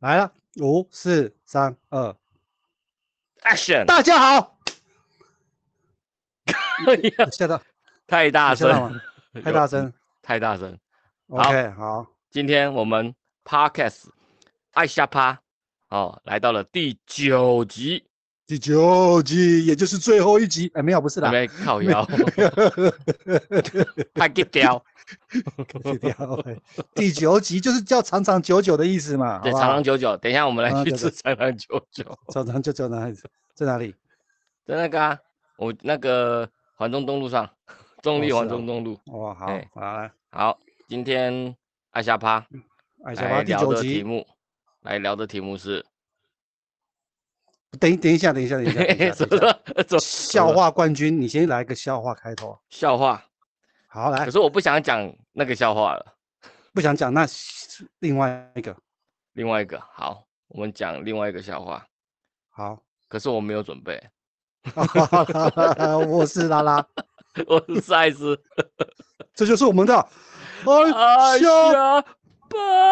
来了，五、四、三、二， Action！大家好！哎呀 吓到，太大你吓声到吗，太大声，。太大声。 好 OK，好，今天我们 Podcast 爱瞎趴哦，来到了第九集，第九集，也就是最后一集。哎，没有，不是准啦。 备靠腰，太给掉，低调哎第九集就是叫长长久久的意思嘛，对，好不长好长久久。等一下我们长长来去久久吃长长久久，长长久久的意思在哪里？在那个啊，我那个环中东路上，中立哦环是哦中东路。哦，好，哎好来，好，今天爱瞎趴哎，小来巴第聊九的题集，目，来聊的题目是，等一等一下，等一下，等一 下，等一下怎等一下么了怎么笑了话冠军，你先来个笑话开头。笑话。好，来可，是我不想讲那个笑话了，不想讲，那另外一个，另外一个好，我们讲另外一个笑话。好，可是我没有准备， 我是拉拉，我是赛斯。这就是我们的哎哎笑呀，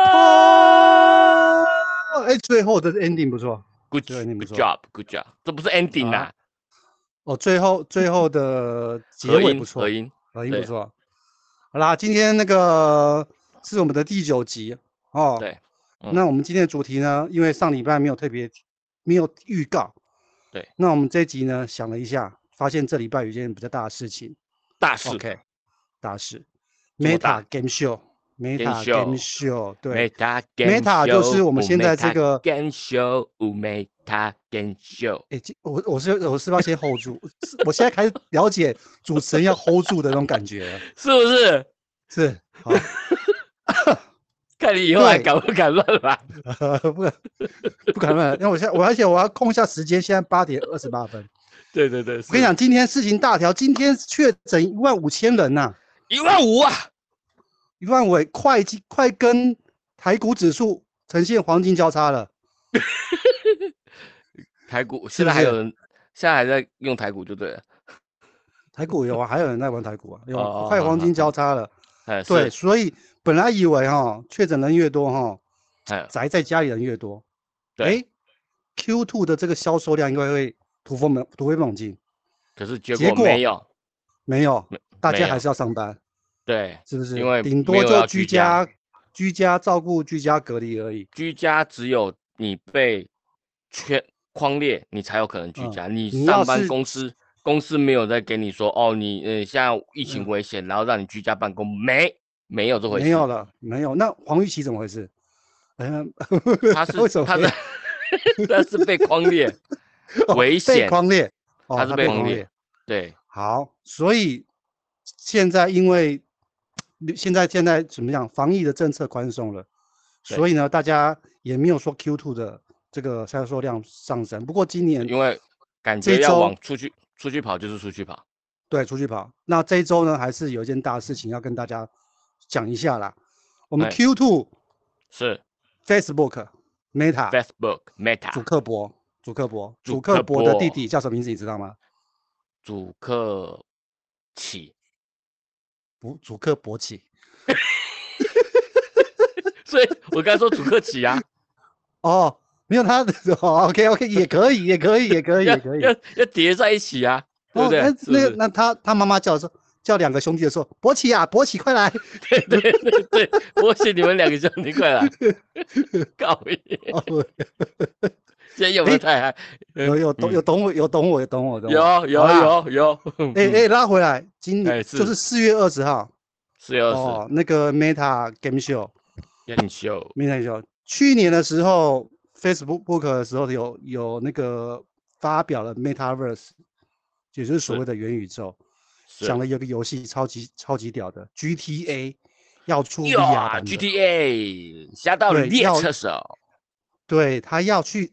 话。哎，最后的 ending 不错 g o o d 这个你不 good 错 job，good job，这不是 ending 啊啊，哦，最后最后的结合尾音不错合，音，好，音对不错。好啦，今天那个是我们的第九集哦。对嗯那我们今天的主题呢，因为上礼拜没有特别没有预告，对。那我们这一集呢，想了一下，发现这礼拜有一件比较大的事情。大事 OK，大事这么大，Meta Game Show，Meta Show Game Show，对， Meta Game Meta 就是 Show，我们五现在这 Meta 个 Game Show，五 Meta Game Show，哎、这我我是我是不是要先 hold 住？是我现在开始了解主持人要 hold 住的那种感觉了，是不是？是，好， 看你以后还对敢不敢乱来？不敢不敢乱来，因为我现在我而且我要控一下时间，现在八点二十八分。对对对，我跟你讲，今天事情大条，今天确诊一万五千人呐、一万五啊，一万五，快进快跟台股指数呈现黄金交叉了。台股是现不在还是有人，现在还在用台股就对了。台股有啊，还有人在玩台股啊，有哦啊哦快哦黄哦金哦交叉了。哎，对，是，所以本来以为哈确诊人越多哈，哎，宅在家里人越多，对。 q two 的这个销售量应该会突飞猛突飞猛进，可是结结果没果有，没有，大没家有还是要上班，对，是不是？因为顶没多有就要居居家家居家照顾居家隔离而已。居家只有你被圈框列，你才有可能居嗯家。你你要上班是公司公司没有在给你说哦，你呃现在疫情嗯危险，然后让你居家办公，没没有这回事。没有，了，没有。那黄玉琪怎么回事？ 嗯，他为是什他么是 他是被框列， 哦危被险。框列？哦，他是被被框框列列。对，好，所以现在因为现在现在怎么样，防疫的政策宽松了，对所以呢，大家也没有说 Q two 的这个销售量上升。不过今年因为感这觉要周往出去出去跑就是出去跑。对，出去跑。那这一周呢，还是有一件大事情要跟大家讲一下啦。我们哎 Q Two 是 Facebook Meta Facebook 主 Meta 克伯，主克伯，祖主克克伯的弟伯弟叫什么名字？你知道吗？主客起，不，主克伯起。所以我刚才说主客起啊。哦，没有他的哦，OK OK，也可以，也可以，也可以，要也可以。要要叠在一起啊，对哦不，对？那是不那个是那他他妈妈叫说叫两个兄弟的时候，伯起啊，伯起，快 来！对对对对，我请你们两个兄弟 快来，搞你！哦，现在有没有太嗨？有有懂有懂我有懂我有懂哎我有懂我。嗯有有啦有有，哎 哎，拉回来，今哎年就是是四月二十号四月二哦，那个 Meta Game Show。十更秀，没太久，去年的时候，Facebook 的时候有有那个发表了 MetaVerse，也就是所是谓的元宇宙，是想了有个游戏超级超级屌的 GTA，要出 VR 呀版的！GTA 侠盗对猎要车手，对他要去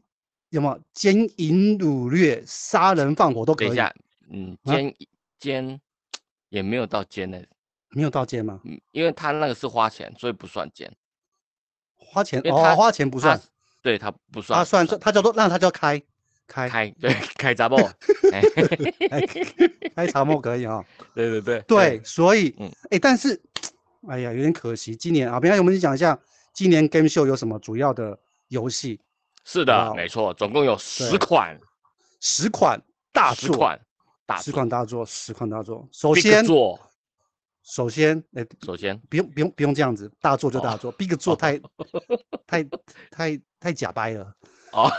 有没有奸淫掳掠、杀人放火都可等一以，下，嗯，啊奸奸也没有到奸呢，没有盗窃吗？嗯，因为他那个是花钱，所以不算奸，花钱因为他哦，花钱不不算，，对他不算，他算算他叫做那他叫开开开对开 闸报，哎开开查莫可以啊、哦。对对 对对，，所以，嗯哎、但是，哎呀，有点可惜，今年啊，等一下我们先讲一下今年 Game Show 有什么主要的游戏，是哇的，哦没错，总共有十对款十款大十作，款大十作款大作，十款大作。首 big 先，作，首先，哎，首先不用不用不用这样子，大作就哦大作，big 作太太太太假掰了，哦，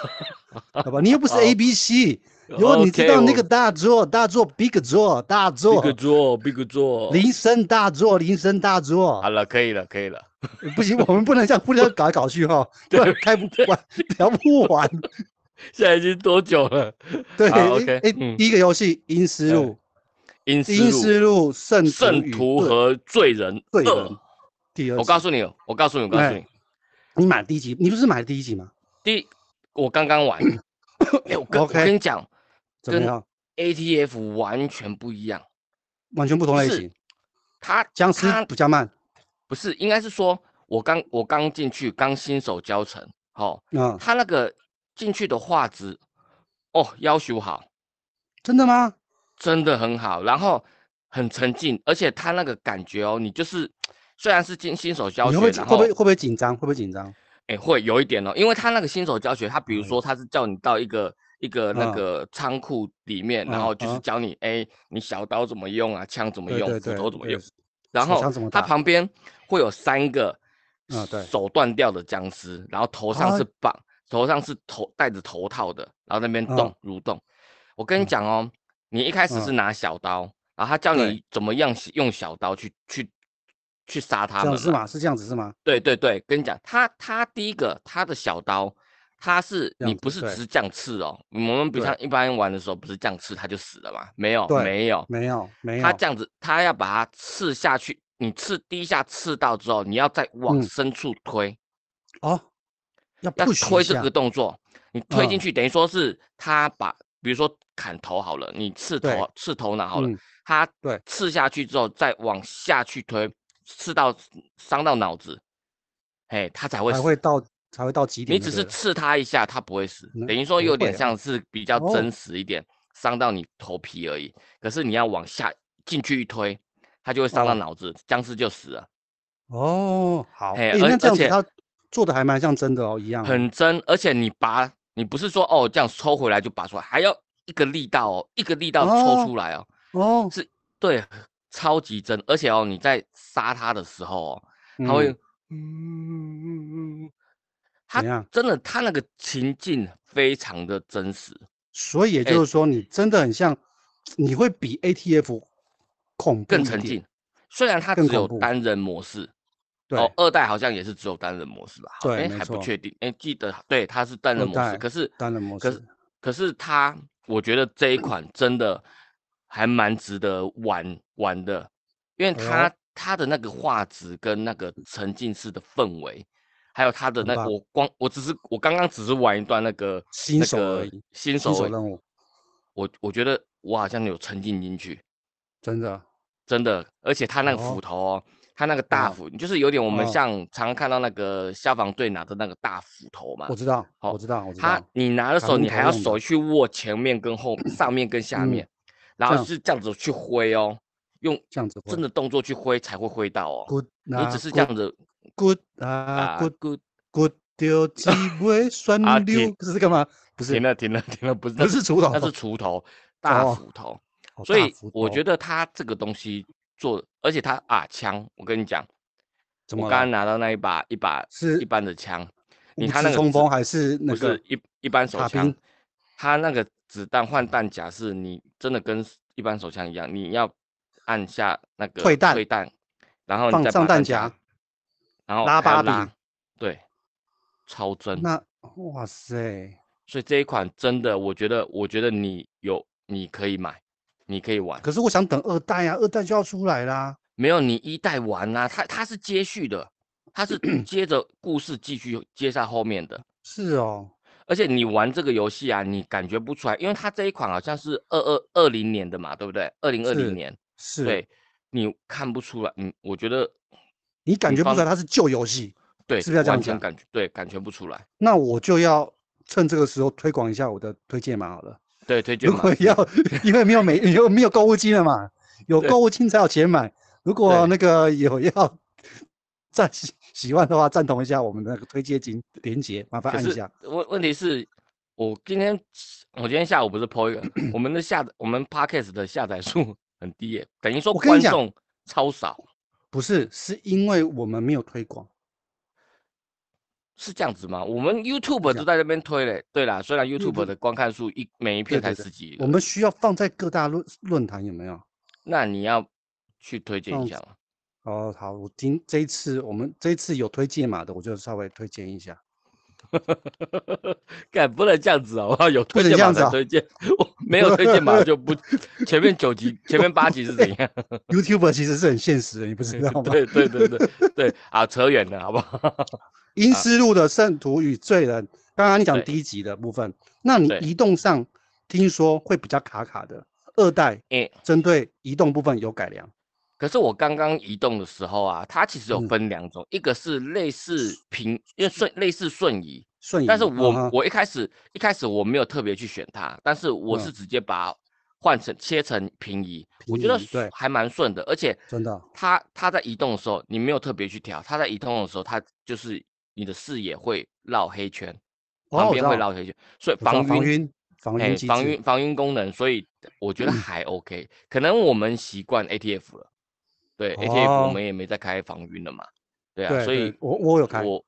好吧？你又不是哦 A B C，如果你知道那个大作，大作 big 作，大 big 作，作，big 作，铃声大作，铃声大作好，了，可以了，可以了，不行，我们不能这样互相搞来搞去 哈，不然开不完，聊不完。现在已经多久了？对，好哎，OK，哎嗯第一个游戏《阴尸路》，阴《阴尸尸路》圣路、圣与徒和罪人罪罪二人，第二集，我告诉你，哦我告诉你，我告诉哎你，你买第一集，你不是买第一集吗？第一，我刚刚玩，哎，我跟我 OK 跟你讲怎么跟样？ ，ATF 完全不一样，完全不同就类是型，它僵尸它比较慢，不是，应该是说，我刚我刚进去，刚新手教程，好、啊，它那个进去的画质，哦，要求好，真的吗？真的很好，然后很沉浸，而且它那个感觉哦，你就是虽然是进新手教你学，会不会紧然会不后会会不会紧张？会不会紧张？哎、会有一点哦，因为他那个新手教学，他比如嗯说他是叫你到一个一个那嗯个仓库里面，然嗯后就是嗯教你，哎、你小刀怎么用啊，枪怎么对用，对斧对，头怎么对用，然手后枪怎么他打旁边会有三个嗯对手断掉的僵尸，然后头上啊是绑，头上是头戴着头套的，然后那边动蠕动。我跟你嗯讲哦，你一开始是嗯拿小刀，然后他教对你怎么样使用小刀去去去杀他这样们嘛，是吗？是这样子是吗？对对对，跟你讲，他他第一个他的小刀，他是这你样不子是对只是这样刺哦，我们不对像一般玩的时候不是这样刺他就死了嘛？没有对没有，没有没有他，这样子他要把它刺下去，你刺第一下刺到之后，你要再往嗯深处推，哦，要要 push 推一这下个，动作，你推进嗯去等于说是他把，比如说砍头好了，你刺对头刺头脑好了嗯，他对刺下去之后再往下去推，刺到伤到脑子，哎，他才会才死会到才会到极你点就只对了。是刺他一下，他不会死，嗯等于说不有会点啊像是比较哦真实一点，伤到你头皮而已。可是你要往下进去一推，他就会伤到哦脑子，僵尸就死了，哦，好，嘿哎、而那这样子而且他做的还蛮像真的哦，一样哦。很真。而且你拔，你不是说哦这样抽回来就拔出来，还要一个力道哦，一个力道抽哦出来哦，哦，是对，超级真。而且哦，你在杀他的时候哦，他会嗯，嗯，他怎样？真的他那个情境非常的真实。所以也哎就是说，你真的很像，你会比 ATF 恐怖更一沉点浸。虽然它更只有恐怖单人模式，对，哦，二代好像也是只有单人模式吧？好对哎，没还不错确定，哎，记得对，它是单人二模式，代可是单人模可式是。可是它，我觉得这一款真的还蛮值得玩玩的，因为哎呦它、它的那个画质跟那个沉浸式的氛围，还有它的很那棒我光我只是我刚刚只是玩一段那个新那手而个已新新手手而已任务我我觉得我好像有沉浸进去。真啊的真的，而且他那个哦斧头哦，他那个大哦斧，就是有点我们哦像常常看到那个消防队拿的那个大斧头嘛我。知道，好我知道，我知他道，你拿的时砍候，木你还头要用手的去握前面跟后上面跟下嗯面，然这后样是这样子去挥哦，用这样子会真的动作去挥才会挥到哦。 good 你啊只是这样子 good 啊啊 good ，good， good 丢几尾酸啊溜停，这是干嘛？不是停了停了停了，不是不是锄头，那是锄头，大哦斧头。哦所大以斧我头觉得他这个东西做，而且他啊枪，我跟你讲，怎我么刚了刚拿到那一把一把是一般的枪，你物看资那个呃冲子锋还是那不个是哦一一般手卡枪宾，它那个子弹换弹夹是你真的跟一般手枪一样，你要按下那个退弹退弹，然后你放再上把弹弹夹夹，，然后拉还要把柄拉，对，超真。那哇塞，所以这一款真的，我觉得我觉得你有你可以买，你可以玩。可是我想等二代啊，二代就要出来啦。没有你一代玩啦、它它是接续的，它 是接着故事继续接下后面的。是哦，而且你玩这个游戏啊，你感觉不出来，因为它这一款好像是二二二零年的嘛，对不对？二零二是零年，是，对，你看不出来，嗯，我觉得你感你觉不放出来它是旧游戏，对，是不是要这完样全讲感觉对，感觉不出来，那我就要趁这个时候推广一下我的推荐码好了。对，推荐嗯如码果对要， 因为没有没有没有购物金了嘛，有对购物金才有钱买。如果对那个有要赞喜喜欢的话，赞同一下我们的推荐景连接，麻烦可按一是下。问问题是，我今天我今天下午不是 PO 一个，我们的下载我们 Podcast 的下载数 很低耶，等于说我跟你观讲众超少，不是，是因为我们没有推广。是这样子吗？我们 YouTube 这都样在那边推嘞。对啦，虽然 YouTube YouTube 的观看数一每一对片对才对十几我个，们需要放在各大论论坛有没有？那你要去推荐一放下嘛？哦，好，我今这一次我们这一次有推荐码的，我就稍微推荐一 下。 干不能这样子啊！我要 有推能荐这码样子才啊推荐，我没有推荐码 就不。前面九集，前面八集是怎样？ YouTube 其实是很现实的，你不知道吗？对对对对对啊！扯远了，好不好？ 阴思路的圣徒与罪人，刚刚你讲啊对低级的部分，那你对移动上听说会比较卡卡的。二代诶、针对移动部分有改良，可是我刚刚移动的时候啊，它其实有嗯分两种，一个是类似平，因为顺类似瞬移，瞬移。但是我、嗯哼我一开始一开始我没有特别去选它，但是我嗯是直接把它换成切成平移，我觉平得移对还蛮顺的，而且真的哦它它在移动的时候你没有特别去调，它在移动的时候它就是你的视野会绕黑圈，哦旁我边知会道绕黑圈，所以我知道防防晕晕防哎晕机防制嗯晕防晕功能，所以我觉得还 OK，可能我们习惯 ATF 了，对 ATF 我哦们也没在开防晕了嘛，对啊，对，所对以我我有开，我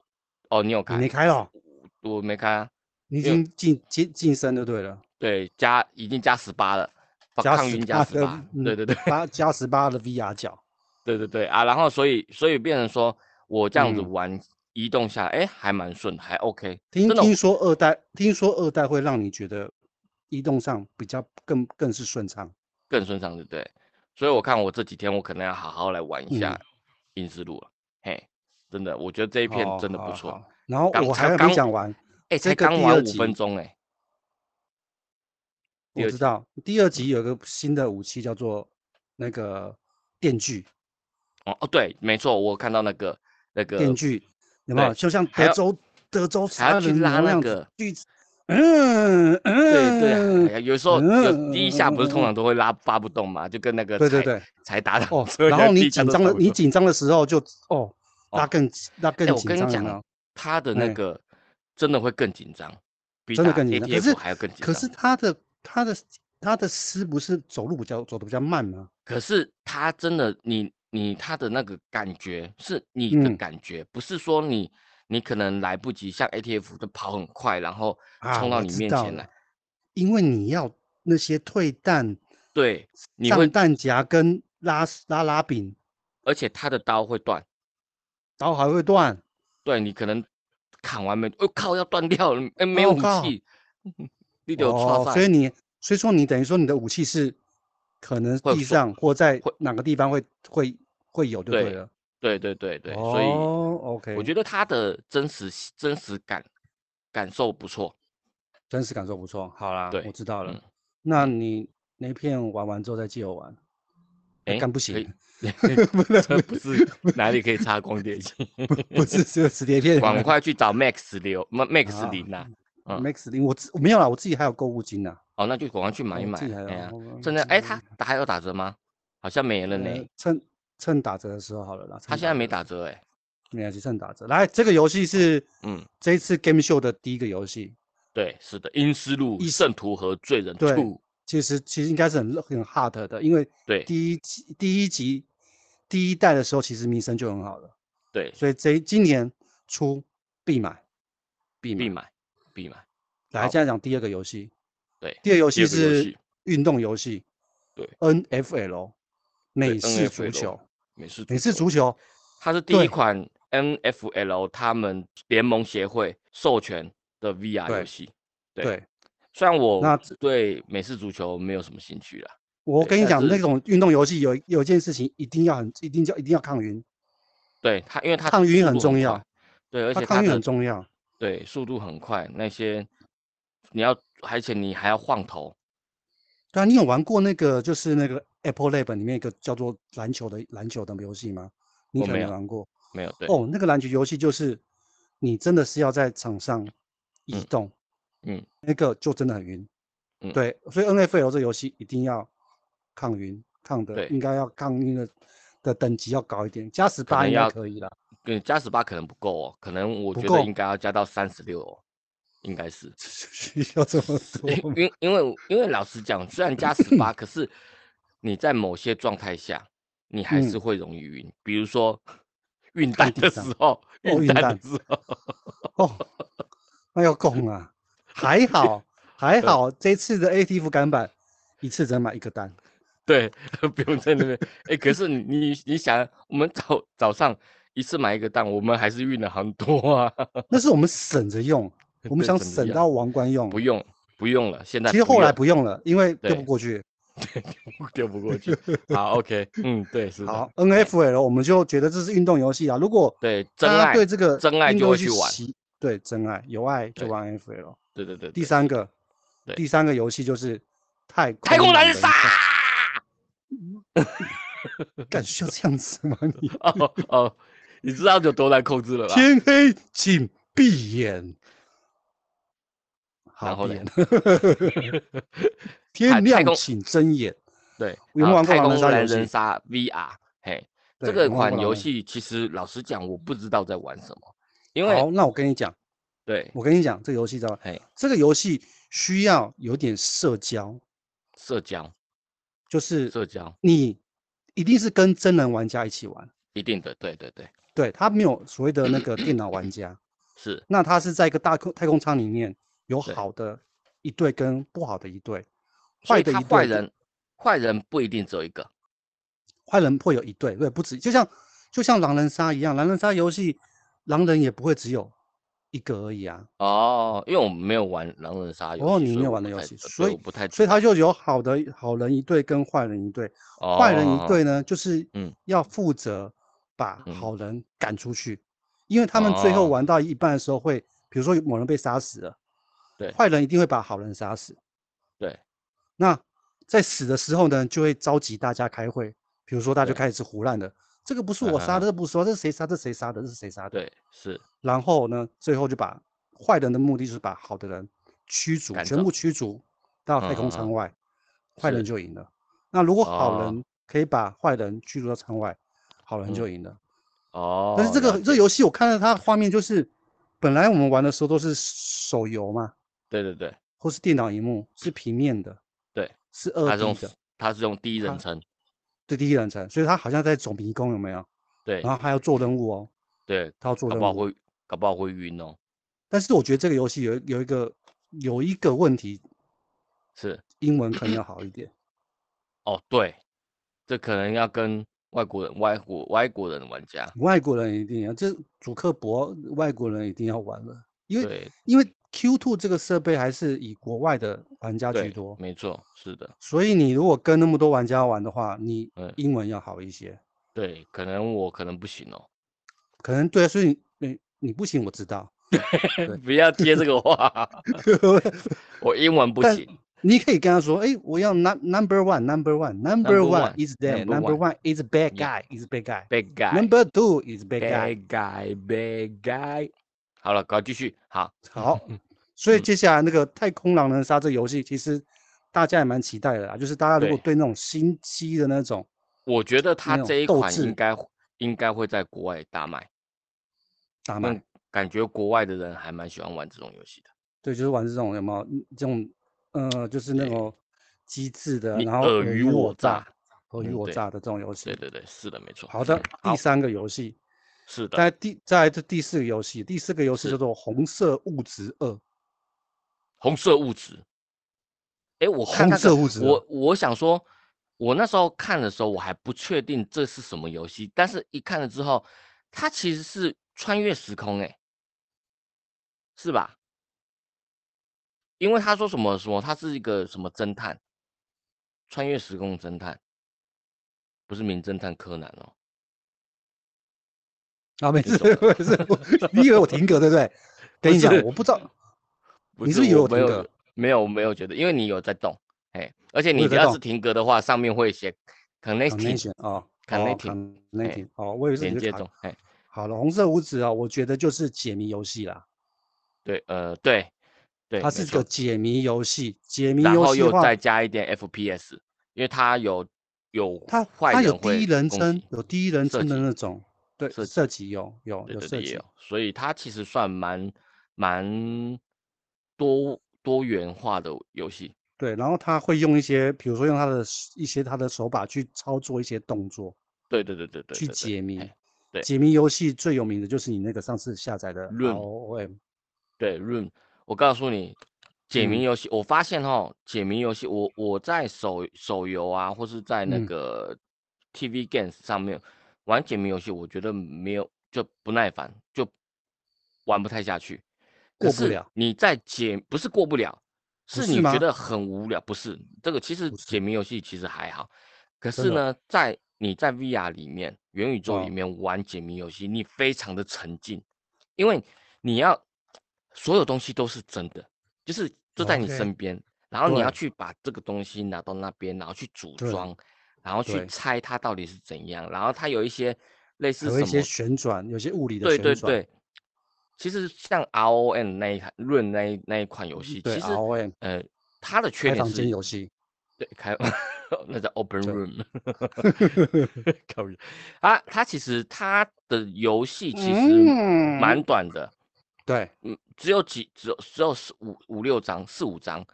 哦你有你开没，开了，我没开啊。你已因为经晋晋晋升就对了。对，加已经加十八了，防加抗晕加十18的嗯八，对对对八加十八的 VR 角，对对对啊，然后所以所以变成说我这样子嗯玩移动下来，哎，还蛮顺的，还 OK，听真的哦听说二代，听说二代会让你觉得移动上比较更更是顺畅。更顺畅，对不对？所以我看我这几天我可能要好好来玩一下嗯阴思路了，嘿，真的，我觉得这一片好真的哦好不错好，然后刚我才还刚没讲完，哎，这才个刚第玩二五分集钟哎，第我二知集道第二集有个新的武器叫做那个电锯，哦哦对，没错，我看到那个那个电锯有没有？呃对就像还德要州德州还杀要去人拉魔那样子个，锯子，嗯对对啊，嗯哎，呀有时候有第一下不是通嗯嗯嗯嗯常都会拉发不动嘛，就跟那个对对踩对踩打档哦，车一然样后第你一下紧都张踩的不你动紧张的时候就哦，那哦更那更哎，我紧跟你张有没讲有，他的那哎个真的会更紧张，比真的打更紧张。可 ATF 是还要更紧可张。是他的他的他的诗不是走路比较走的比较慢吗？可是他真的，你你他的那个感觉是你的嗯感觉，不是说你你可能来不及像 ATF 就跑很快，然后啊，冲到我你知面道前来了，，因为你要那些退弹、对，你会上弹夹跟拉丝拉拉柄，而且他的刀会断，然后还会断。对你可能砍完没，我、靠，要断掉了，哎，没有哦武靠器， 你就哦，错所以赛，你所以说你等于说你的武器是可能会地说上或在会哪个地方会会会有就对对了。对对对对，所以哦，OK，我觉得他的真实性真实感感受不错，真实感受不错。好啦，对我知道了。嗯那你那片玩完之后再借我玩，哎哎干不可以行， 这不是哪里可以插光碟机，不是只有磁碟片。赶快去找 Max 流 Ma- Max 啊零呐、嗯 Max 零，我自 我没有啦，我自己还有购物金呐。哦，那就赶快去买一我买自己还，有哎呀，我真的，哎，他嗯打还有打折吗？好像没了呢，呃趁趁打折的时候好了啦。他趁现在没折打的时折哎，候，没关系，趁打折。来，这个游戏是嗯，这一次 Game Show 的第一个游戏，对，是的，阴思路、一圣徒和罪人对 Two，其实其实应该是很很 hard 的，因为对第一集第一集第一代的时候，其实名声就很好了。对，所以这一今年出必买，必必买。买必买，来，好现在讲第二个游戏，对，第二游戏二个游是戏运动游戏，对，NFL 美式 NFL 足球，美式美式球足球它是第一对款 NFL 他们联盟协会授权的 VR 游对戏。对对。虽然我那对美式足球没有什么兴趣啦，我对跟你但讲，那是种运动游戏有有一件事情一定要很，一定要一定要抗晕，对它，因为它抗晕速很度重要快，对，而它且它抗晕的很重要。对速度很快，那些你要，而且你还要晃头，对啊，你有玩过那个就是那个 Apple Lab 里面一个叫做篮球的篮球的游戏吗？你我可能没没有玩过。没有对，哦，那个篮球游戏就是你真的是要在场上移嗯动，嗯，那个就真的很晕。嗯对，所以 NFL 这游戏一定要抗晕，抗的对应该要抗晕的的等级要高一点，加十可八能应该要 可以了。对，加十八可能不够哦，可能我不觉够得应该要加到三十六哦，应该是。需要这么多因吗？因因为我因为老实讲，虽然加十八，可是你在某些状态下，你还是嗯会容易晕，比如说运看蛋地的时上候，哦运运蛋蛋的时候， 哦，那要供啊，还好 还好，这次的 ATF 钢板一次只能买一个单，对，不用在那边。哎、可是你你你想，我们早早上一次买一个蛋，我们还是运了很多啊。 那是我们省着用，我们对想省着省用到王冠用不。用不用了，现在其实后用来不用了，因为丢对不过去。 丢不 过去。好，OK，嗯，对，是的，好，NFL 我们就觉得这是运动游戏啊。如果对，真大爱家对这个真爱运就动会游戏去玩习，对真爱有爱就对玩 NFL。对对对，第对三个对，第三个游戏就是太太空人人杀。 敢需要这样子吗？ 你哦哦，你知道有多难控制了吧？天黑请闭眼，然好后闭嘞眼， 太 天亮空请睁眼。对，有没有然后玩过太狼人空杀游人人戏杀 VR，嘿，这对个有没有玩款过狼游人戏其实老实讲，我不知道在玩什么，因为好，那我跟你讲，对，我跟你讲，这个游戏知道吗？嘿，这个游戏需要有点社交，社交就是社交你一定是跟真人玩家一起玩，一定的，对对对，对他没有所谓的那个电脑玩家，是那他是在一个大空太空舱里面有对好的一队跟不好的一队，所以的他一坏队人坏人不一定只有一个，坏人会有一队，对，不止，就像就像狼人杀一样，狼人杀游戏狼人也不会只有一个而已啊，哦，因为我们没有玩狼人杀游戏，哦你所以没有我玩不的游太戏对所以我不太知所以他道就有好的好人一队跟坏人一队，坏人一队，哦呢就是嗯要负责把嗯好人赶出去，因为他们最后哦玩到一半的时候会，比如说某人被杀死了，对坏人一定会把好人杀死，对，那在死的时候呢，就会召集大家开会，比如说大家就对开始吃胡乱的，这个不是嗯我哼杀哼的，这不是我，这是谁杀，这是谁杀的，这是谁杀的，对是然后呢，最后就把坏人的目的就是把好的人驱逐，赶全走部驱逐到太空嗯嗯舱嗯外，坏人是就赢了。那如果好哦人可以把坏人驱逐到舱外，好人就赢了。嗯哦，但是这了个这解游戏我看到它的画面就是，本来我们玩的时候都是手游嘛，对对对，或是电脑荧幕是平面的，对，是他二是用 D 的，他是用第一人他称，对第一人称，所以它好像在走迷宫有没有？对然后还要做任务哦，对，它要做搞任不好务。会搞不好会晕哦，但是我觉得这个游戏有有一个有一个问题，是。英文可能要好一 点。哦，对，这可能要跟外国人、外国外国人玩家，外国人一定要，这主客博外国人一定要玩了，因为对因为 Q Two 这个设备还是以国外的玩家居对多，没错，是的，所以你如果跟那么多玩家玩的话，你嗯英文要好一些。对，可能我可能不行哦，可能对啊，所以你你你不行，我知道， 不要接这个话， 我英文不但行，你可以跟他说，哎，我要 num number one number one number one, one is there number number one is bad Yeah. guy is bad guy ，bad guy，bad number two is bad guy。 guy，bad guy，好了，赶快继续，好，好，所以嗯接下来那个太空狼人杀这个游戏，其实大家也蛮期待的啦。就是大家如果对对那种心机的那种，我觉得他那种这一斗款志应该应该会在国外大卖，打因满，为感觉国外的人还蛮喜欢玩这种游戏的，对，就是玩这种有没有嗯这种呃，就是那对种机智的，你啊然后尔尔虞我我诈，尔虞嗯我对诈的这种游对戏。对对，是的，没错，嗯好的，好第三个游戏，是的，在第在这第四个游戏，第四个游戏是叫做红色物质二，啊红色物质。哎，我看红那色个，物质我我想说，我那时候看的时候，我还不确定这是什么游戏，但是一看了之后，它其实是穿越时空，哎，是吧？因为他说什么什么，他是一个什么侦探，穿越时空侦探，不是名侦探柯南哦。啊，没这事种没事，我你以为我停格对 不对？跟你讲是，我不知道，不你是是不是以为我我没停有格没有没有觉得，因为你有在动，哎，而且你有只在要动是停格的话，上面会写 connecting， connection 啊，connecting， ，connecting 哦，我以为是哎连你接的卡中，哎，好了，红色五指啊，我觉得就是解谜游戏啦，对，呃，对，对，它没是个错解谜游戏。解谜然游后戏的又话再，加一点 FPS，因为它有有它坏它有人第会一人攻称击，有第一人射称的击那种，对，设设计有有对有对设对，也计有，，所以它其实算蛮蛮多多元化的游戏。对，然后他会用一些，比如说用他的一些他的手把去操作一些动作，对对对对对，去对对解谜嘿。对解谜游戏最有名的就是你那个上次下载的 Room O M，对 Room，我告诉你，解嗯谜游戏，我发现哈，解谜游戏，我我在手手游啊，或是在那嗯个 TV games 上面玩解谜游戏，我觉得没有就不耐烦，就玩不太下去。可过不是了你在解不是过不了，不是是你觉吗得很无聊，不是这个其实不是解谜游戏其实还好，可真是的呢，在你在 VR 里面元宇宙哦里面玩解谜游戏，你非常的沉浸。因为你要所有东西都是真的，就是就在你 OK，身边，然后你要对去把这个东西拿到那边，然后去组对装，然后去对，猜它到底是怎样，然后它有一些类还似有一什些么，旋转，有些物理的对旋对转，对，其实像 R O N 那一款润那一那一款游戏，嗯对其 R 实 O M 呃它的缺开点房间是游戏，对开 那叫 open 对， room，靠人啊，它其实它的游戏其实嗯，蛮短的。对嗯，只有几，只有只有四五五六张，四五张，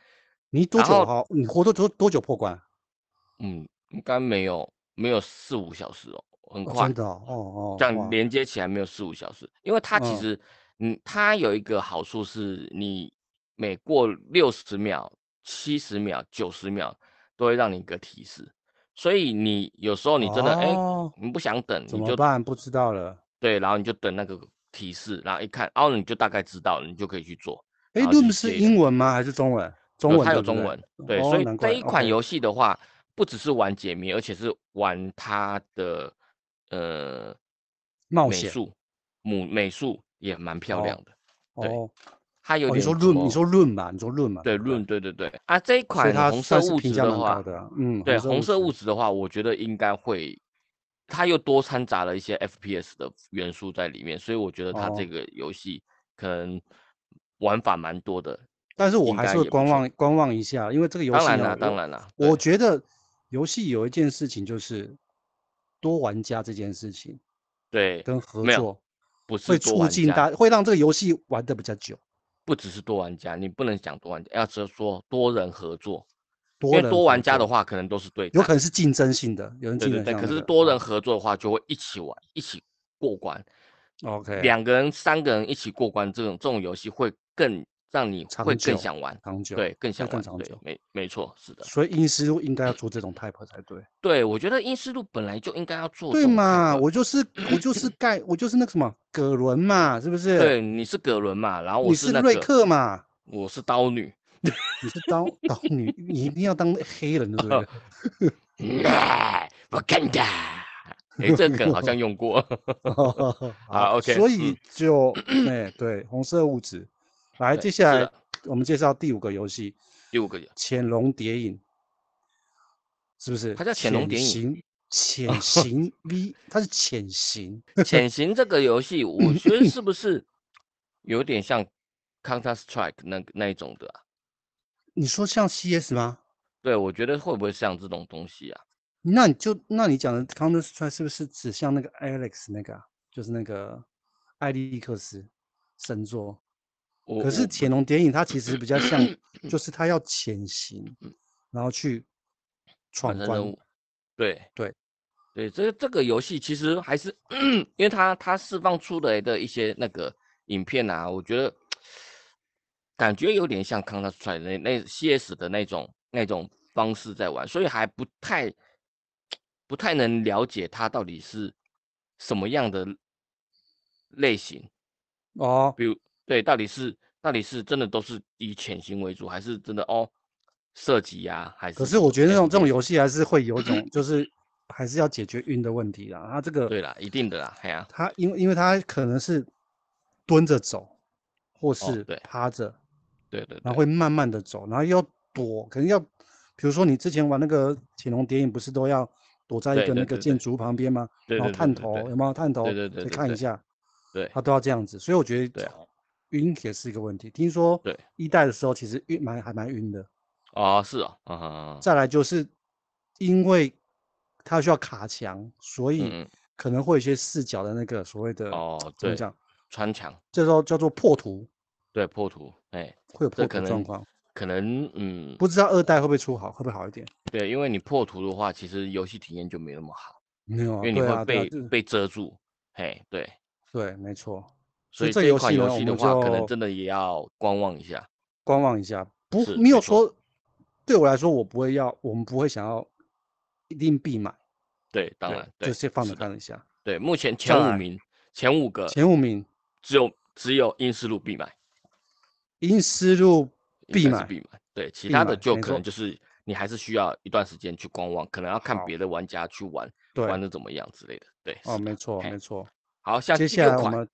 你多然久后好？你活多多多久破关？嗯，应该没有没有四五小时哦，很哦，快，真的哦，哦这哦，样哇，连接起来没有四五小时，因为它其嗯，实，嗯，它有一个好处是，你每过六十秒、七十秒、九十秒都会让你一个提示，所以你有时候你真的哎、哦，你不想等，怎你么就办？不知道了。对，然后你就等那个提示，然后一看，哦，你就大概知道了，你就可以去做，哎然后去，Loom 是接一个。英文吗？还是中文？中有文它对有不中对？文，对，哦，所以难这怪。一款 OK，游戏的话，不只是玩解谜，而且是玩它的呃冒美险。术，母美术也蛮漂哦亮的，对，哦它有哦，你点说什 Loom，你么说 Loom 嘛？你说 Loom 嘛？对对不对？论，对对对啊，这所一以款它红色算是物评质价的蛮高话，的啊。嗯，对红色红物色物质。质的话，我觉得应该会，它又多掺杂了一些 FPS 的元素在里面，所以我觉得它这哦，个游戏可能玩法蛮多的，但是我应还该是会也不观错。望观望一下，因为这个游当戏然哦，啦，当我然啦，我对。觉得游戏有一件事情就是多玩家这件事情对，跟合没有，作不是会多促玩进家，大，会让这个游戏玩的比较久，不只是多玩家，你不能讲多玩家，要只说多人合作，多因为人多合玩家的作，话，可能都是对有战，可能是竞争性的，有人对竞争对对。像可那是个多人哦合作的话，就会一起玩，一起过关， ，OK，两个人、三个人一起过关，这种这种游戏会更让你会长更久想玩，长久对，更会想更玩，长对，久，没没错，是的，哎所以阴湿应该要做这种 type 才对，对，我觉得英斯路本来就应该要做这对种嘛， type，我就是我就是盖我就是那个什么葛伦嘛，是不是？对，你是葛伦嘛，然后我你是是那瑞个，克嘛？我是刀女，你是当当女，你一定要当黑人的，对不哎，我看 的。哎，这个梗好对？像用过。 好， 好，OK，所嗯，以就哎对，红色物质。来，对，接下是来的，我们介绍第五个游戏第五个， 《潜龙谍影》，是不是？它叫《潜龙潜谍影》 哦行，潜行 V，它是潜行。潜行这个游戏，我觉得是不是有点像 Counter Strike 那那一种的啊？你说像 CS 吗？对，我觉得会不会像这种东西啊？那你就那你讲的 Counter Strike 是不是指向那个 Alex 那个啊，就是那个艾利克斯神作？我可是我不潜龙谍影它其实比较像，就是 它要潜行，然后去完闯成任关。务，对对，对，这个这个游戏其实还是 因为它它释放出来的一些那个影片啊，我觉得感觉有点像 Counter Strike 那那 CS 的那种那种方式在玩，所以还不太不太能了解它到底是什么样的类型，哦，比如对，到底是到底是真的都是以潜行为主，还是真的哦射击呀，还可是是什我么觉得那种这种 FPS？游戏还是会有一种，就是还是要解决晕的问题啦。它这个对啦，一定的啦，嘿啊，它因为因为它可能是蹲着走，或哦，是对趴着，对对然后对，会慢慢的走，然后要躲，可能要，比如说你之前玩那个潜龙谍影，不是都要躲在一对个那对个对建对筑旁边吗？对然后对对探对对头有没有探头对对对再对看一对下，对他都要这样子，所以我觉对哦得晕也是一个问题。听说对，一代的时候其实晕蛮还蛮晕的，哦，是哦，啊，再来就是因为它需要卡墙，所以嗯嗯，可能会有一些视角的那个所谓的呃哦怎么对讲，穿墙，这时候叫做破图，对破图，哎，会有这破可图能状况。可能嗯，不知道二代会不会出好，会不会好一点？对，因为你破图的话，其实游戏体验就没那么好，没有啊，因为你对啊，会对啊被这被遮住，嘿，对，对，没错，所所以以这这一游款戏呢游戏我的们话，可能就真的也要观望一下。观望一下，不是没有没错说，对我来说，我不会要，我们不会想要一定必买，对，当然，对，就先放是着的看一下。对，目前前再五来名，前五个前五名，只有只有英斯路必买， 《阴思路》应必该是买，必买。对，其必他的买就没可能错就是你还是需要一段时间去观望，可能要看好别的玩家去玩，对，玩的怎么样之类的。对，哦，是的没错，嘿没错。好，哎下接第下六来我款，们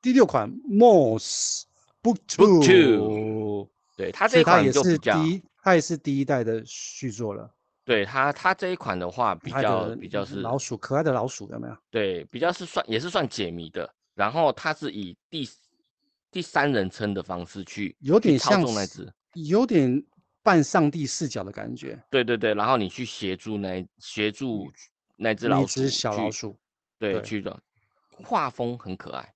第六款 Moss Book Book Two，对它这所一以它款也就是比较，第一，它也是第一代的续作了。对它它这一款的话比它较的比较是老鼠，可爱的老鼠有没有？对，比较是算也是算解谜的，然后它是以第第三人称的方式去有去点操像纵那是只，有点半上帝视角的感觉。对对对，然后你去协助那协助那只那老一鼠只小老去，鼠，对，对去的画风很可爱，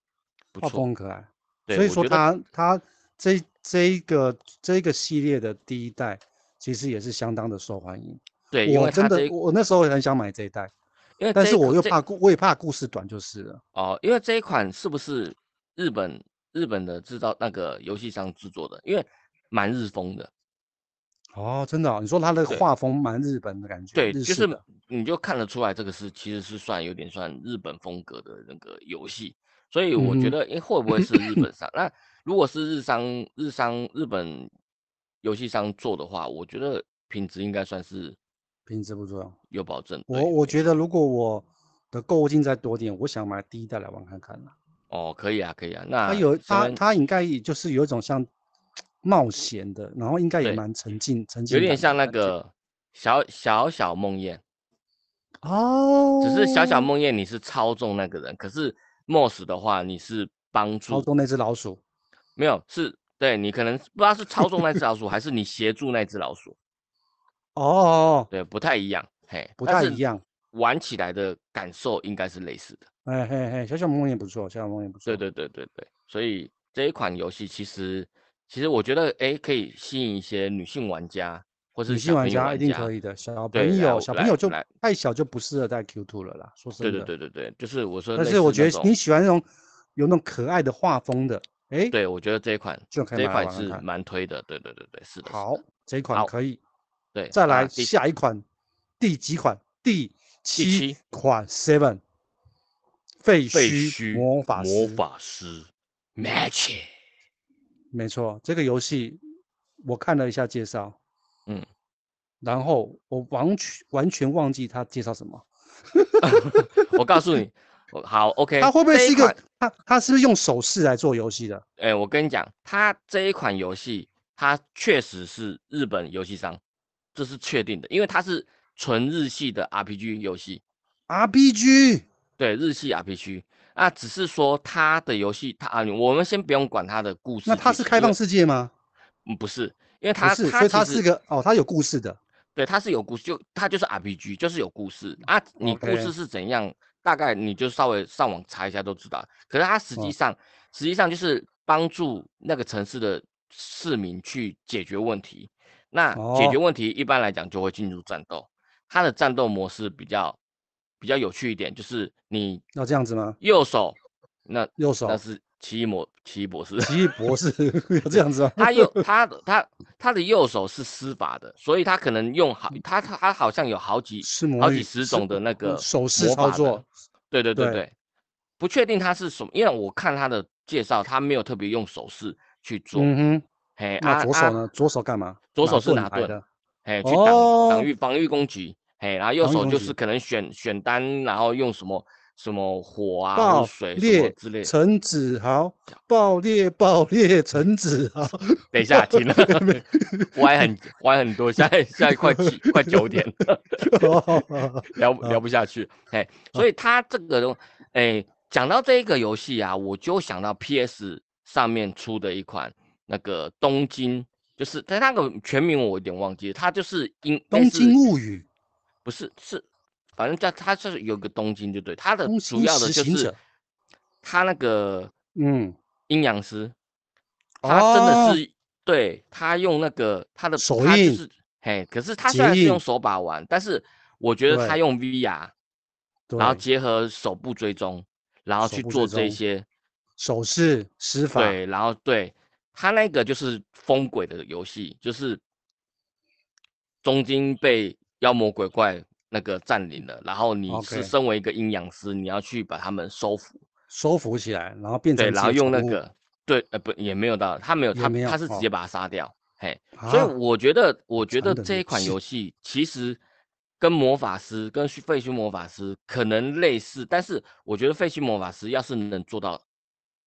不画风错，很可爱。对，所以我说觉得它它这这一个这一个系列的第一代，其实也是相当的受欢迎。对，因我为真它这的一我我那时候也很想买这一代，因为但这是一我款又这怕故我也怕故事短就是了。哦，因为这一款是不是日本日本的制造那个游戏商制作的？因为蛮日风的，哦，真的哦、你说它的对画风蛮日本的感觉，对，日就式是的，你就看得出来，这个是其实是算有点算日本风格的那个游戏，所以我觉嗯哼得，诶，会不会是日本商？那如果是日商、日商、日本游戏商做的话，我觉得品质应该算是品质不错。有保证。我对，我没觉错得如果我的购物金再多点，我想买第一代来玩看看啦。哦，可以啊，可以啊。它那有身它为它应该也就是有一种像冒险的，然后应该也对蛮沉浸沉有浸点感的像那感觉。个小小小梦魇，哦，只是小小梦魇你是操纵那个人，可是 Moss 的话你是帮操助纵那只老鼠，没有，是对你可能不知道是操纵那只老鼠，还是你协助那只老鼠，哦，对，不太一样，嘿，不但太是一样。玩起来的感受应该是类似的，哎嘿嘿，小小梦也不错，小小梦也不错。对对对对对，所以这一款游戏其实其实我觉得诶可以吸引一些女性玩家或是女性小玩朋友家一玩定可家，以的，小对，朋来友小朋来友就来，太小就不适合带 Q two 了啦，说对真对的。对对对，就是我说但类是我似觉那得种你喜欢那种有那种可爱的画风的，哎，对，我觉得这一款就可以这一买来款玩看是看。蛮推的，对对对对，是的，是好的，，这一款好，可以。对，再那来啊第下一款，第几款？第第七七款 Seven，废废墟墟魔法魔师。法师 Magic，没错，这个游戏我看了一下介绍，嗯，然后我完全完全忘记他介绍什么。 我告诉你，我好，OK，他会不会哎这是一一个款？他他是不是用手势来做游戏的？哎，我跟你讲，它这一款游戏，它确实是日本游戏商，这是确定的，因为它是纯日系的 RPG 游戏， RPG 对，日系 RPG。那只是说它的游戏，它啊，我们先不用管它的故事那它剧是情，开因为放世界吗？嗯不是，因为不它是，所它以其它实是个哦，它有故事的。对，它是有故事，就它就是 RPG，就是有故事啊。你故 OK，事是怎样，大概你就稍微上网查一下都知道。可是它实际哦上，实际上就是帮助那个城市的市民去解决问题。那解决哦，问题一般来讲就会进入战斗，它的战斗模式比较比较有趣一点，就是你要这样子吗？右手那右那手是奇异魔奇异博士。 奇异博士 有这样 子吗？他右他的他他的右手是施法的，所以他可能用好他他他好像有好几是嗯魔好几女，十是种的那个手势魔操法的，作，对对对对，对，不确定他是什么，因为我看他的介绍，他没有特别用手势去做，嗯哼。嘿那啊左手啊，呢？左手干嘛？左手拿是盾拿牌盾，的。嘿去挡挡哦，御防御攻击，嘿，然后右防御手攻就是击，可能选选单，然后用什么什么火啊或者爆水什么裂之类，陈子豪，爆裂爆裂陈子豪，等一下，爆停了，裂 没 歪很歪很多，现在现在 快七快九点了，哦，聊不聊好不下去，哎，所好以它这个东，哎，讲到这一个游戏啊，我就想到 PS 上面出的一款那个东京，就是它那个全名我有点忘记了，它就是英类东京似物语不是是反正叫它就是有个东京就对，它的东主京要的实就行是者它那个嗯，阴阳师，他真的哦是、对他用那个他的手他就印是嘿，可是他结虽然是用印手把玩，但是我觉得他对用 VR，对，然后结合手部追踪，然后手去部做追踪这些，手势、施法，对，然后对他那个就是疯鬼的游戏，就是中间被妖魔鬼怪那个占领了，然后你是 OK 身为一个阴阳师，你要去把他们收服，收服起来，然后变成对，自然己的后用那宠物个对呃不也没有到他没有也他没有他是直哦接把他杀掉，嘿。所以啊，我觉得，我觉传得统这游一款戏游戏其实跟魔法师、跟虚废墟魔法师可能类似，但是我觉得废墟魔法师要是能做到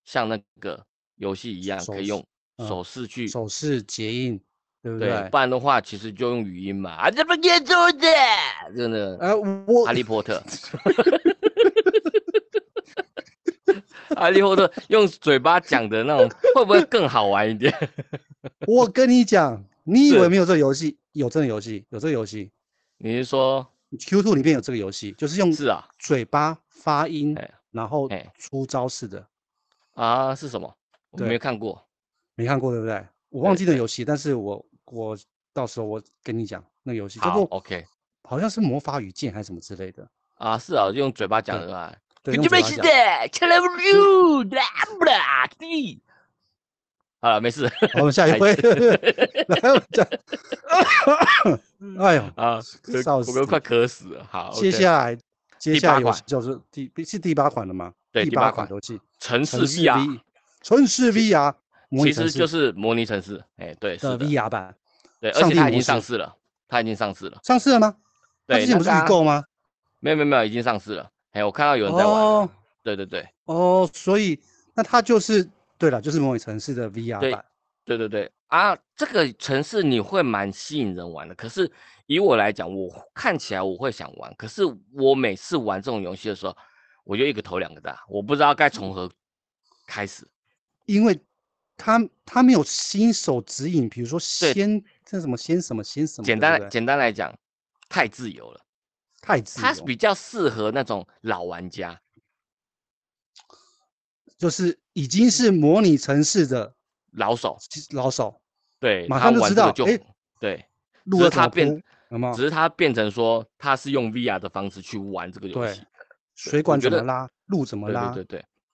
像那个游戏一样，可手以势用嗯手势去手势结印，对不对，对不？然的话其实就用语音嘛。啊，这不耶稣的，真的，呃，我哈利波 特，哈利波特用嘴巴讲的那种，会不会更好玩一点？ 我跟你讲，你以是为没有这个游戏？有这个游戏，有这个游戏你是说， ，Q Two 里面有这个游戏，就是用是啊，嘴巴发音哎，然后哎出招式的，啊是什么？我没对有看过。没看过对不对？我忘对记那对游戏，但是我我到时候我跟你讲那个游戏叫好哦做，OK。好像是魔法与剑还是什么之类的，啊，是啊，用嘴巴讲对的吧？对，你用嘴巴讲。好了，没事。好，我们下一白位，痴来，我们 讲，哎呦，啊，咳笑我死都！快渴死了。好，接 OK 下来，接第下八来游款戏叫做第是第八款了吗？对第八八款款游戏，城市城市 VR， V，城市 VR，模拟其城实市就是模拟城市。哎，对，是的的， VR 版，对，而上且帝它模已经上式市了，它已经上市了。上市了吗？它对，之前那不是个预啊购吗？没有没有没有，已经上市了。哎，我看到有人在玩了。哦对对对哦，所以那它就是对了，就是模拟城市的 VR 对版。对对对啊，这个城市你会蛮吸引人玩的。可是以我来讲，我看起来我会想玩，可是我每次玩这种游戏的时候，我就一个头两个大，我不知道该嗯从何开始。因为它它没有新手指引，比如说对先这什么先什么先什么的，嗯简对单不来对简单来讲，太自由了，太自它是由，比较适合那种老玩家。就是已经是模拟城市的老手，老手，对，马他上就玩知这个道就诶哦对，路只要是怎么它变铺，有没有只是它变成说他是用 VR 的方式去玩这个游对戏。水我管觉怎么得拉，路怎么对拉，对对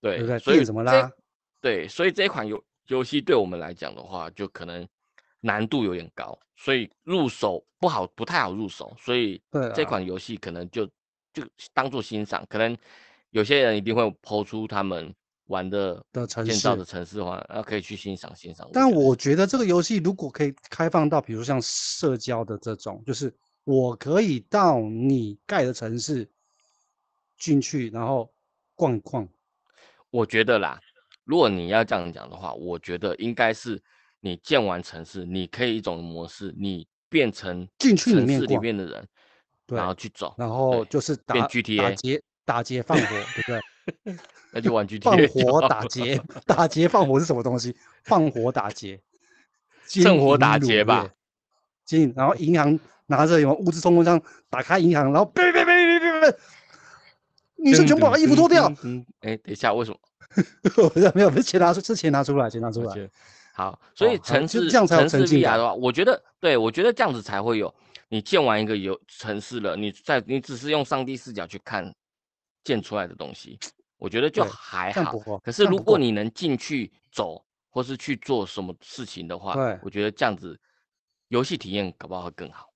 对不对？对对，所以电怎么这拉？对，所以这一款游游戏对我们来讲的话，就可能难度有点高，所以入手不好，不太好入手，所以对这啊款游戏可能就就当做欣赏，可能有些人一定会抛出他们玩的的城建造市的城市化，然后可以去欣赏欣赏。但觉得我觉得这个游戏如果可以开放到，比如像社交的这种，就是我可以到你盖的城市进去，然后逛一逛，我觉得啦，如果你要这样讲的话，我觉得应该是你建完城市，你可以一种模式，你变成进去里城面市里逛面的人，对然后去走，然后对就是变打打 GTA 劫、打劫、放火，对不 对？那就玩放 GTA 就火好打了 劫，打劫放火是什么东西？放火打劫，趁火金打银劫掳吧掠。金，然后银行拿着有物资冲锋枪打开银行，然后别别别别别别，女生全部把衣服脱掉。噔。噔噔噔哎，等一下，为什么？没有，不是钱拿出，是钱拿出来，钱拿出我来觉。得好，所好以好城就市这样才有城沉市浸 VR 感的话，我觉得对，我觉得这样子才会有。你建完一个游城市了，你在你只是用上帝视角去看建出来的东西，我觉得就对还这样不好。够，这可是样如不果够。你能进去走，或是去做什么事情的话，对我觉得这样子游戏体验搞不好会更好。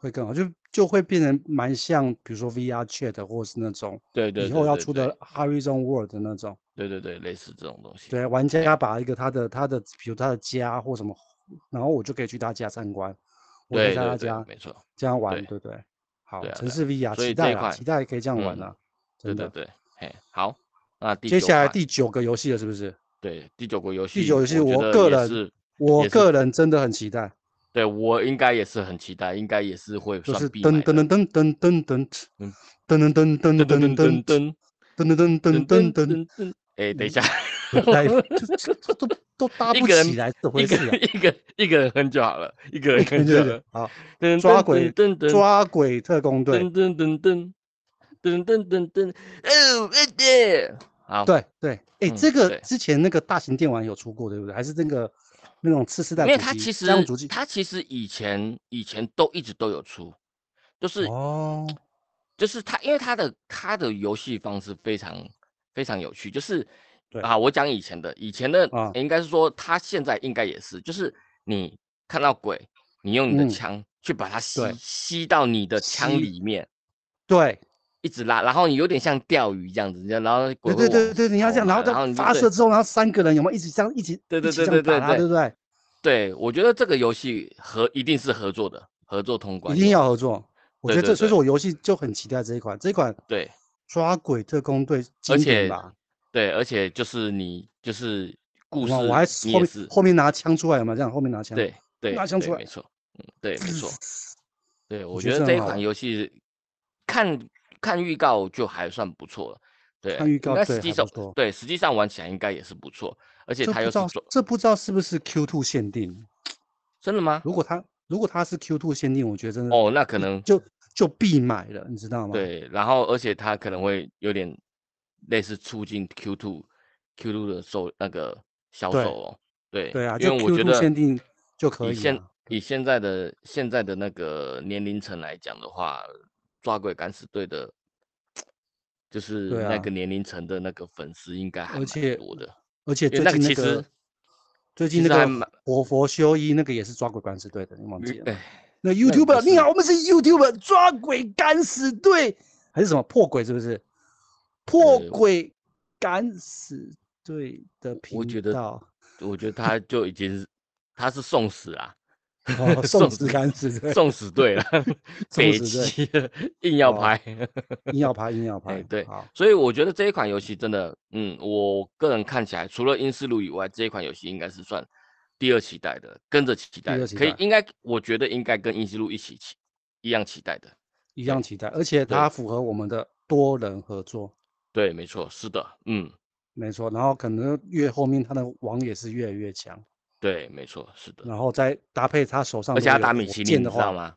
会更好，就就会变成蛮像，比如说 VR Chat 或是那种对对以后对要对出的对 Horizon World 的那种，对对对，类似这种东西。对，玩家把一个他的他的，比如他的家或什么，然后我就可以去他家参观，我可以对在他对对家，没错。这样玩，对对不对？好对，啊城对啊市 VR 所期以这待一啦，款期待可以这样玩嗯啦，对真对的。对，嘿，好，那第接九下来款第九个游戏了，是不是？对第九个游戏，第九游戏我觉我得个也人是，我也是个人真的很期待，对我应该也是很期待，应该也是会就算是必噔买的。噔噔噔噔噔嗯噔噔噔噔噔噔噔噔噔噔噔噔噔噔噔噔噔嗯噔噔噔，哎，等一下，来，哎这这这都都搭一不个人起来，怎么一回个事啊？一个一个人哼就好了， 一个人真哼就好的了。好，噔抓噔鬼噔噔抓鬼特工队噔，噔噔噔，噔噔噔噔，哦，对对，好，对对，哎、嗯这个对之前那个大型电玩有出过，对不对？还是那个那种次世代因为主它机其家用主实机它其实以前以前都一直都有出，就是哦，就是它，因为它的它的游戏方式非常非常有趣，就是对啊，我讲以前的，以前的、啊应该是说它现在应该也是，就是你看到鬼，你用你的嗯枪去把它吸对吸到你的枪吸里面，对一直拉，然后你有点像钓鱼这样子，然后鬼对对会对往对，你要跑这样，然嘛后然后你再就发对射之后，然后三个人有没有一起这样一起对对一起对这样对对打他，对对不对？对，我觉得这个游戏合一定是合作的，合作通关一定游要戏合作。我对觉得对这，所以对说我游戏就很期待这一款，这一款对抓鬼特工队经典而且吧。对，而且就是你就是故事，哇，我还你后也面是后面拿枪出来有没有？这样后面拿枪，对对拿枪对出来没错，嗯，对，没错，对我觉觉得得这很这一好款玩游戏看看预告就还算不错了，对，看预应告该对实际还不上错对实际上玩起来应该也是不错，而且这它不又知是道做这不知道是不是 Q two 限定？真的吗？如果它如果它是 Q two 限定，我觉得真的哦，那可能就就必买了，你知道吗？对，然后而且它可能会有点类似促进 Q two Q two 的售那个销对售哦。对对啊，因就为 Q 我觉 two 得限定就可以以现啊。以现在的现在的那个年龄层来讲的话，抓鬼敢死队的，就是对那啊个年龄层的那个粉丝应该还而蛮且多的。而且因为最那近那个其个实最近其那实还个蛮活佛修一那个也是抓鬼敢死队的，你忘记了？哎，那也 YouTuber 不你是好，我们是 YouTuber 抓鬼敢死队还是什么破鬼是不是？破呃鬼敢死队的频道，我觉得我觉得他就已经是他是送死啦， 哦，送送死死敢死队，送死队了，北送死队极了硬要好拍。 硬要拍硬要拍，哎对好，所以我觉得这一款游戏真的，嗯，我个人看起来，除了《英斯路》以外，这一款游戏应该是算第二期待的，跟着期待二的，期可以待应该，我觉得应该跟《英斯路》一起期一样期待的。一样期待，而且对它符合我们的多人合作，对，没错，是的，嗯，没错。然后可能越后面他的网也是越来越强，对，没错，是的，然后再搭配他手上而如且果有他打米火其箭林，你的知道话，吗？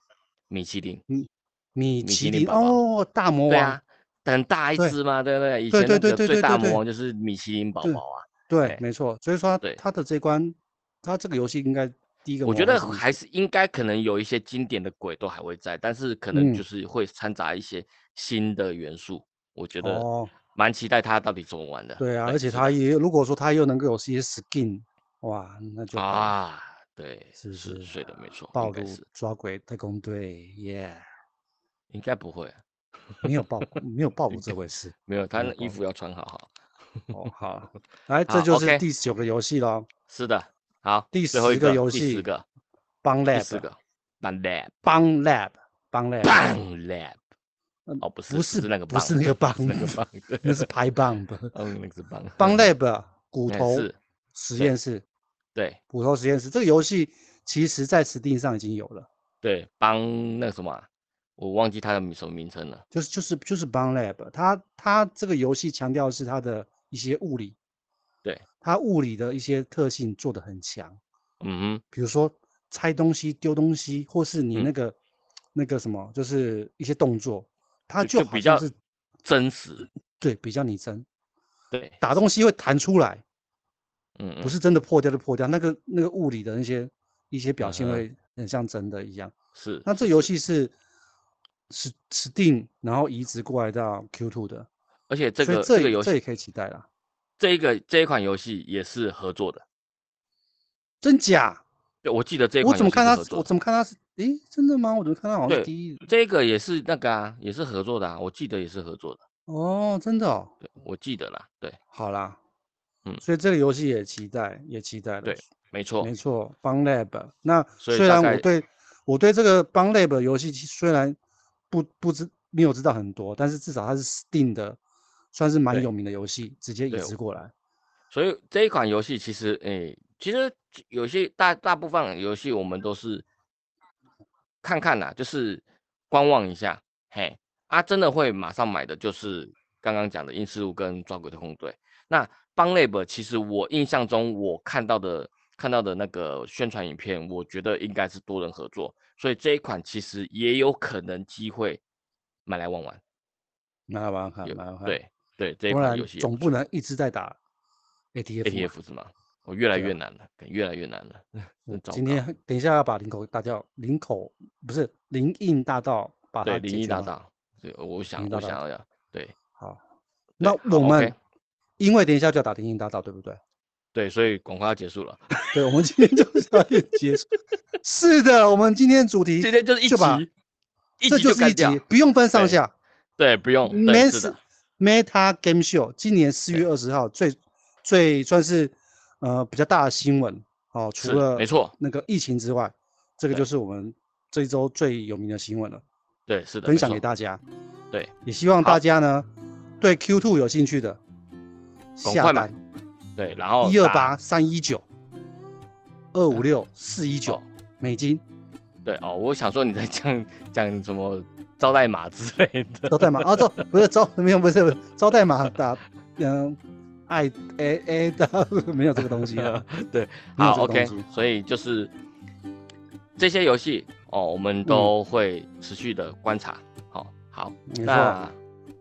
米其林，米米其其林林宝宝哦，大魔对王啊，，很大一对只嘛，对不对？以对前那对对个对最对大对魔对王就是米其林宝对宝啊，对哎，没错。所以说他对他的这关，他这个游戏应该第一个我魔觉王得是米还是应该可能有一些经典的鬼都还会在，但是可能嗯就是会掺杂一些新的元素。我觉得哦，蛮期待它到底怎么玩的。对啊，而且是他的也如果说他又能够有一些 skin，哇，那就好啊，对，是不是是是的，没错，暴应该露是抓鬼特工队 耶。应该不会，没有爆谷，没有爆谷应这该回事。没有，他没有那衣爆服要穿好好。哦，好 了，来，好这就，OK 是第九个游戏了。是的，好，第最后一十个游第十戏个，邦第十 Lab，个 b a n Lab， 邦 Lab，邦 Lab，棒 Lab，嗯哦，不是，不不是是那个不棒，是那个棒不是那个棒， 那是拍棒的。 嗯，那个是棒，邦 Lab 骨哎头是实对验室，对。骨头实验室这个游戏其实在 Steam 上已经有了，对，帮那个什么啊，我忘记它的名什么名称了。就是就是就是邦 Lab，它它这个游戏强调的是它的一些物理，对，它物理的一些特性做得很强。嗯哼，比如说拆东西、丢东西，或是你嗯那个、那个什么，就是一些动作，它就就就好比像较是真实。对比较拟真，对，打东西会弹出来，嗯嗯，不是真的破掉就破掉，那个那个物理的那些一些表现嗯哼会很像真的一样。是那这游，戏是 S Steam 然后移植过来到 Q Two 的，而且这所个以这这个也游这也戏，可以期待啦。这一个这一款游戏也是合作的。真假？对，我记得这一我款怎么游戏看是它合是？作我的。怎么看它是？诶，真的吗？我怎么看它好像对是第一？这个也是那个啊，也是合作的啊，我记得也是合作的。哦，真的哦。对，我记得啦。对，好啦，嗯所以这个游戏也期待，也期待了。对没错没。错，邦 lab。那所以虽大然概我对我对这个邦 lab 游戏其实虽然不不知没有知道很多，但是至少它是 Steam 的，算是蛮对有名的游戏，直接移对植过来。所以这一款游戏其实，诶、其实有些大大部分游戏我们都是看看啦、就是观望一下，嘿，啊，真的会马上买的就是刚刚讲的《阴尸路》跟《抓鬼特工队》。那邦 lab 其实我印象中我看到的看到的那个宣传影片，我觉得应该是多人合作，所以这一款其实也有可能机会买来玩玩。蛮好蛮好看，有蛮好看。，对对，这一不款然游戏也总不能一直在打 ATF 嘛。 ATF 是吗？我越来对啊越难了，越来越难了，我真糟今糕天等一下要把林口大道林口不是林荫大道把它对解灵异决大吗。道，对，我想异大我道想要要对好，对那好我们 OK 因为等一下就要打林荫大道，对不对？对，所以广告要结束了， 对，我们今天就是要结束。是的，我们今天主题今天就是一就把集，一这集就是干一集掉，，不用分上对下。对，不用，对，是 Meta 的， Meta Game Show 今年四月二十号最最算是呃比较大的新闻哦，除是了没错，那个疫情之外，这个对就是我们这一周最有名的新闻了，对，是的，分没享给错大家。对，也希望好大家呢对 Q Two 有兴趣的赶下快买单对，然后一二打哦八三一九二五六四一九哦美金对哦，我想说你在讲讲什么招待码之类的，招待码啊，招不是招没有不是不是招待码打嗯。爱 A A 的 没有这个东西 啊，对，没有好这个，OK，东西所以就是这些游戏哦，我们都会持续的观察。好、好，嗯没错，那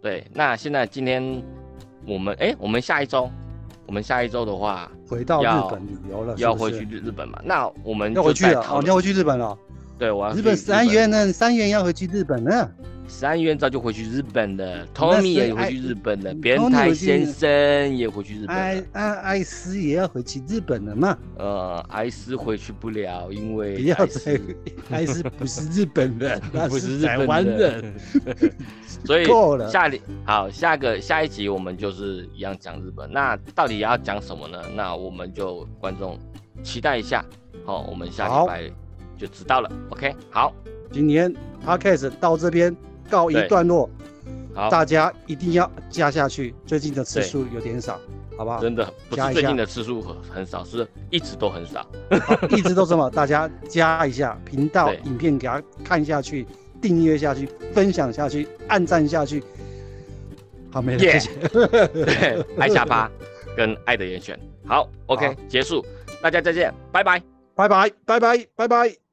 对，那现在今天我们哎、我们下一周，我们下一周的话回到要日本旅游了，要啊是不回是去日日本嘛？那我们要回就去再了，讨哦，你要论。回去日本了。对，我要日本去三月呢，三月要回去日本呢。三月早就回去日本了哦那，Tommy 谁也回去日本了，哎变 Tommy 态回去哎先生也回去日本啊了艾。艾艾斯也要回去日本了嘛？呃，艾斯回去不了，因为不要艾再 斯，艾斯不是日本人， 那 不是日台本湾人人。所以够了下里好下个下一集我们就是一样讲日本，那到底要讲什么呢？那我们就观众期待一下，好、我们下好礼拜就知道了。OK，好，今年 podcast 到这边告一对段落，好，大家一定要加下去。最近的次数有点少，好不好？真的不加是一最下近的次数很很少，是一直都很少。 一直都这么，大家加一下频道对影片，给他看下去，订阅下去，分享下去，按赞下去。好，没了谢 Yeah 谢。对，爱下巴跟爱的严选。好，OK，好结束，大家再见，拜拜。拜拜，拜拜，拜拜。